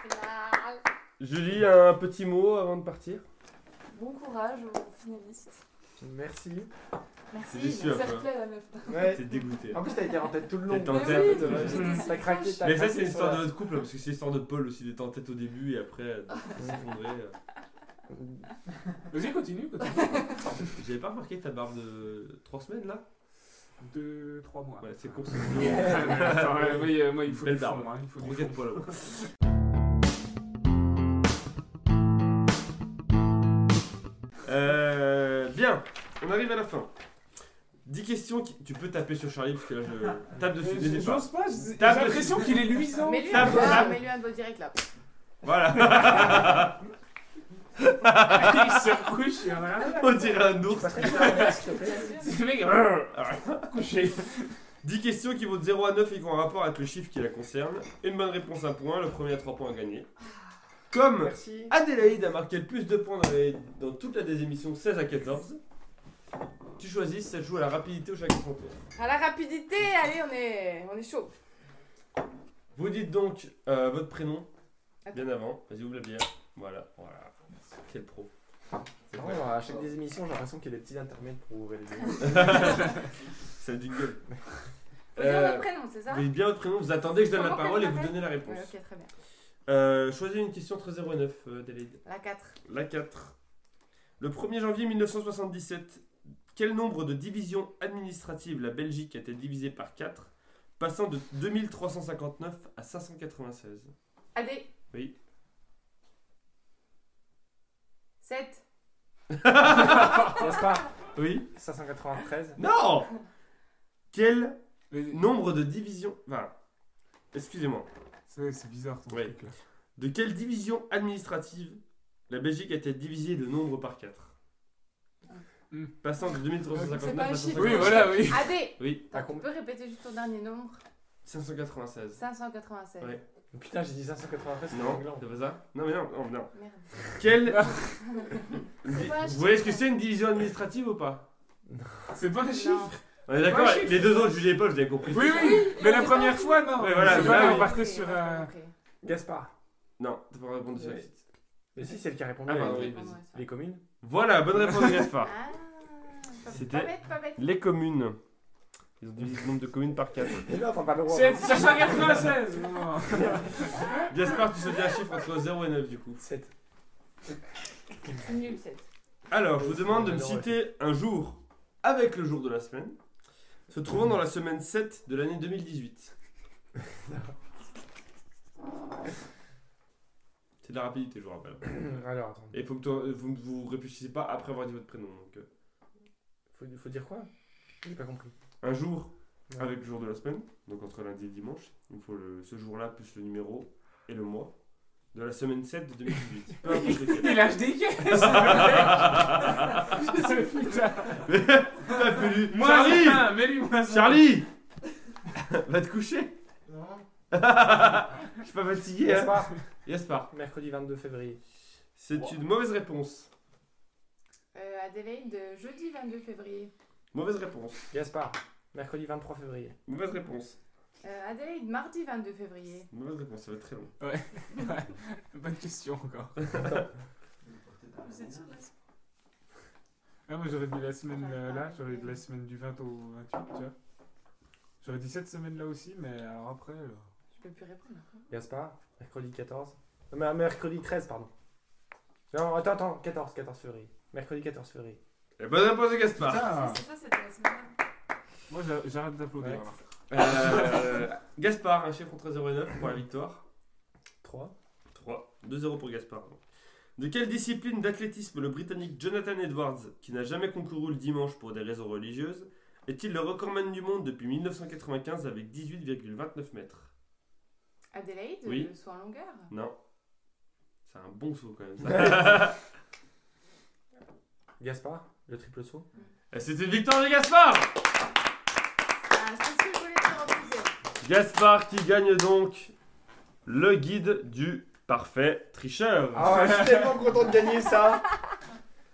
S3: Final.
S1: Julie, un petit mot avant de partir
S4: Bon courage aux finalistes.
S7: Merci.
S1: C'est
S3: Merci.
S1: délicieux
S4: Fair
S1: après.
S4: play la meuf.
S7: Ouais.
S1: T'es dégoûté.
S7: En plus, t'as été en tête tout le long.
S1: T'es en
S4: Mais
S1: tête.
S4: oui,
S7: c'est vrai.
S4: j'étais si
S7: T'as craqué,
S4: fraîche.
S7: t'as-
S1: Mais ça, c'est l'histoire de notre couple, hein, parce que c'est l'histoire de Paul aussi, d'être en tête au début et après [LAUGHS] euh, de s'effondrer. euh.
S5: Vas-y, continue, continue.
S1: J'avais pas remarqué ta barbe de 3 semaines là
S5: Deux, trois mois.
S1: Ouais, c'est
S5: con.
S1: court.
S5: [LAUGHS] Moi, il faut
S1: Belle
S5: du fond,
S1: barbe.
S5: hein, il faut du
S1: Regarde
S5: fond.
S1: Paul là-haut. [LAUGHS] Euh, bien, on arrive à la fin. 10 questions. qui- Tu peux taper sur Charlie parce que là je tape dessus.
S5: Mais
S1: n'hésite pas.
S5: J'ose pas, j'ai j'ai
S1: Tape
S5: l'impression
S1: dessus.
S5: qu'il est luisant.
S3: Mets-lui
S1: Ça
S3: un
S1: va.
S3: doigt, mets-lui un doigt direct là.
S1: Voilà.
S5: il se recouche, il en a rien.
S1: on dirait un ours.
S5: C'est le mec. euh,
S1: Couché. 10 questions qui vont de 0 à 9 et qui ont un rapport avec le chiffre qui la concerne. Une bonne réponse, un point. Le premier à 3 points à gagner. Comme
S7: Merci.
S1: Adélaïde a marqué le plus de points dans, les- dans toute la des émissions 16 à 14, tu choisis si elle joue à la rapidité ou chacun son tour.
S3: À la rapidité, allez, on est, on est chaud.
S1: Vous dites donc euh, votre prénom
S3: Attends.
S1: bien avant. Vas-y, ouvre la bière. Voilà, voilà. Quel pro.
S3: Ah
S1: [LAUGHS]
S7: C'est marrant, à chaque des émissions, j'ai l'impression qu'il y a des petits intermèdes pour ouvrir les émissions.
S1: C'est le jingle.
S3: Faut dire
S1: Euh,
S3: votre prénom, c'est ça
S1: vous dites bien votre prénom, vous attendez que je donne la
S3: Comment
S1: parole et
S3: elle
S1: vous
S3: s'appelle
S1: donnez la réponse.
S3: Ouais, ok, très bien.
S1: Euh, choisis une question entre 0 et 9, euh, Adélaïde.
S3: La 4.
S1: La 4. Le 1er janvier 1977, quel nombre de divisions administratives la Belgique a-t-elle divisé par 4, passant de 2359 à 596
S3: Adé.
S1: Oui.
S3: 7.
S7: Gaspard,
S1: Oui
S7: 593.
S1: Non Quel
S5: Mais-
S1: nombre de divisions... Enfin, excusez-moi.
S5: C'est vrai que c'est bizarre ton
S1: Ouais.
S5: truc là.
S1: De quelle division administrative la Belgique a-t-elle divisé le nombre par 4
S3: Ah.
S5: Hmm.
S1: Passant de 2359
S4: pas un
S1: à
S4: chiffre.
S5: Oui,
S1: 596.
S5: voilà, oui.
S3: Adé.
S1: Oui, Ah,
S7: T'as
S3: Tu
S7: combien
S3: peux répéter juste ton dernier nombre
S1: 596.
S3: 596.
S1: Ouais.
S7: Putain, j'ai dit 593, c'est
S1: Non,
S7: anglais.
S1: c'est pas ça Non, mais non, non, non. [LAUGHS]
S5: [LAUGHS]
S3: Merde.
S1: Quelle.
S3: C'est pas un
S1: Vous voyez ce
S3: chiffre.
S1: que c'est une division administrative ou pas
S5: C'est pas un
S3: Non.
S5: chiffre.
S1: On est d'accord
S5: Pas un chiffre.
S1: Les deux autres, Julie et Paul, vous avez compris.
S5: Oui, oui, mais la première fois, non.
S1: Ouais, voilà,
S5: c'est
S1: bah
S5: pas
S1: oui.
S5: embarqué
S3: Ok,
S5: sur euh,
S3: ouais,
S5: un.
S3: ok.
S7: Gaspard.
S1: Non, t'as pas répondu sur la
S7: Ouais.
S1: suite.
S7: Mais si, c'est elle qui a répondu.
S1: Ah,
S7: elle.
S3: bah
S1: pardon, oui.
S7: les,
S1: vas-y.
S3: Ouais, ça.
S7: communes
S1: Voilà, bonne réponse de Gaspard.
S3: Ah,
S1: C'était-
S3: C'était. Pas bête, pas bête.
S1: Les communes. Ils ont divisé le nombre de communes par 4.
S7: Et là, t'en parles au roi.
S5: C'est 596 non.
S1: Gaspard, tu choisis un chiffre entre 0 et 9 du coup.
S7: 7.
S3: C'est nul, 7.
S1: Alors, je vous demande de me
S7: Alors, ouais.
S1: citer un jour avec le jour de la semaine, se trouvant dans la semaine 7 de l'année 2018. C'est de la rapidité, je vous rappelle.
S7: [CLEARS THROAT] Alors, attends.
S1: Et faut que toi- euh, vous ne vous réfléchissez pas après avoir dit votre prénom. donc, euh,
S7: Faut, faut dire quoi J'ai pas compris.
S1: un jour
S7: Ouais.
S1: avec le jour de la semaine, donc entre lundi et dimanche, il me faut le- ce jour-là plus le numéro et le mois de la semaine 7 de 2018. Peu importe lequel.
S7: [LAUGHS]
S1: [LAUGHS]
S5: Il lâche des
S7: [LAUGHS]
S5: caisses le mec. Putain.
S1: T'as fait du-
S5: Moins
S1: Charlie
S5: un, mets-lui moins un.
S1: Charlie [LAUGHS] Va te coucher
S6: Non.
S1: Je suis pas fatigué, hein
S7: Gaspard.
S1: Gaspard.
S7: Mercredi 22 février.
S1: C'est une mauvaise réponse.
S3: Euh, Adélaïde, euh, jeudi 22 février.
S1: Mauvaise réponse.
S7: Gaspard. Mercredi 23 février.
S1: Mauvaise réponse.
S3: Euh, Adélaïde, mardi 22 février.
S1: Mauvaise réponse, ça va être très long.
S5: Bonne question encore.
S4: Vous êtes sûr de ça
S5: Ah, moi j'aurais dit la semaine euh, là, j'aurais dit la semaine du 20 au 28, tu vois. J'aurais dit cette semaine là aussi, mais alors après. euh,
S3: Je peux plus répondre.
S7: Gaspard. Mercredi 14. Non, mais- mercredi 13, pardon. Non, attends, attends. 14, 14 février. Mercredi 14 février.
S1: Et Eh, bonne réponse de Gaspard.
S5: Putain
S4: C'est ça, c'était la semaine
S5: Ah.
S4: dernière.
S5: Moi j'a- j'arrête d'applaudir.
S7: Ouais.
S5: alors.
S1: Euh, Gaspard, un chiffre entre 0 et 9 pour la victoire.
S7: 3.
S1: 3. 2-0 pour Gaspard. donc. De quelle discipline d'athlétisme le Britannique Jonathan Edwards, qui n'a jamais concouru le dimanche pour des raisons religieuses, est-il le recordman du monde depuis 1995 avec 18,29 mètres
S3: Adélaïde,
S1: Oui.
S3: le saut en longueur.
S1: Non. C'est un bon saut quand même. ça.
S7: Gaspard. Le triple saut.
S1: Et C'est une victoire de Gaspard
S3: Ah, c'est ce que je voulais te refuser.
S1: Gaspard qui gagne donc le guide du parfait tricheur.
S7: Ah, je suis tellement content de gagner ça.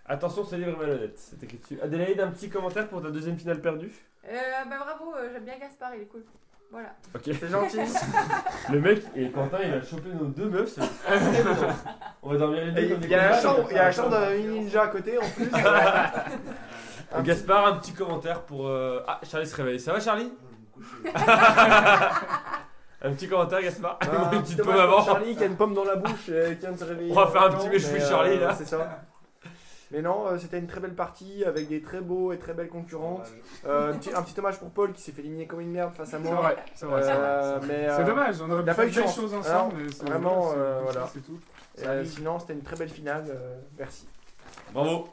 S1: Attention, c'est libre et malhonnête. C'est écrit dessus. Adélaïde, un petit commentaire pour ta deuxième finale perdue
S3: Euh, bah bravo, euh, j'aime bien Gaspard, il est cool. Voilà.
S1: Ok.
S7: C'est gentil.
S1: [LAUGHS] Le mec et Quentin, il a chopé nos deux meufs.
S7: [LAUGHS]
S1: c'est- On va dormir les
S7: Et
S1: deux comme des
S7: Il y a
S1: connards,
S7: la chambre,
S1: mais-
S7: il y a la chambre d'un mini ninja à côté en
S1: [LAUGHS]
S7: plus.
S1: Euh, Gaspard, un petit commentaire pour. euh, Ah, Charlie se réveille. Ça va, Charlie
S6: Moi, je vais me coucher.
S1: Un petit commentaire, Gaspard. [LAUGHS]
S7: Ah,
S1: Une petite
S7: dommage
S1: pomme
S7: pour
S1: avant.
S7: Charlie qui a une pomme dans la bouche et qui vient de se réveiller.
S1: On va faire un
S7: Non,
S1: petit méchoui
S7: mais, euh,
S1: Charlie, là.
S7: C'est ça. Mais non, euh, c'était une très belle partie avec des très beaux et très belles concurrentes. Euh, un, petit, un petit hommage pour Paul qui s'est fait éliminer comme une merde face à
S5: C'est
S7: moi.
S5: vrai, c'est vrai. c'est vrai.
S7: Euh, mais,
S5: C'est
S7: euh,
S5: dommage, on aurait
S7: il
S5: pu
S7: a pas
S5: faire
S7: eu
S5: des
S7: de chance.
S5: choses ensemble.
S7: Alors,
S5: mais c'est-
S7: vraiment,
S5: c'est-
S7: euh, voilà.
S5: C'est tout.
S7: euh, sinon, c'était une très belle finale. euh, merci.
S1: Bravo.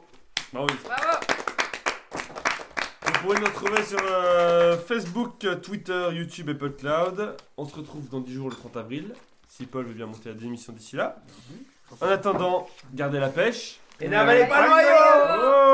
S1: Bravo,
S3: Bravo
S1: Vous pouvez nous retrouver sur euh, Facebook, euh, Twitter, YouTube, Apple Cloud. On se retrouve dans 10 jours le 30 avril. Si Paul veut bien monter à des émissions d'ici là. En attendant, gardez la pêche.
S7: Et
S1: n'avalez
S3: pas le
S7: noyau
S3: noyau
S1: Oh.